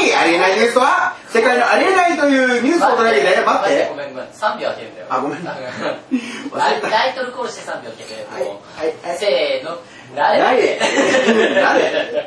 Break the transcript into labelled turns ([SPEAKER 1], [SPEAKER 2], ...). [SPEAKER 1] ゲストは世界のありえないというニュースを取り上げて待って
[SPEAKER 2] ごめんごめん3秒開けるんだよ
[SPEAKER 1] あごめん
[SPEAKER 2] タ
[SPEAKER 1] 忘れた
[SPEAKER 2] イトルコールして3秒開ける
[SPEAKER 1] はいはいはい
[SPEAKER 2] せーの
[SPEAKER 1] 誰
[SPEAKER 2] 誰
[SPEAKER 1] 誰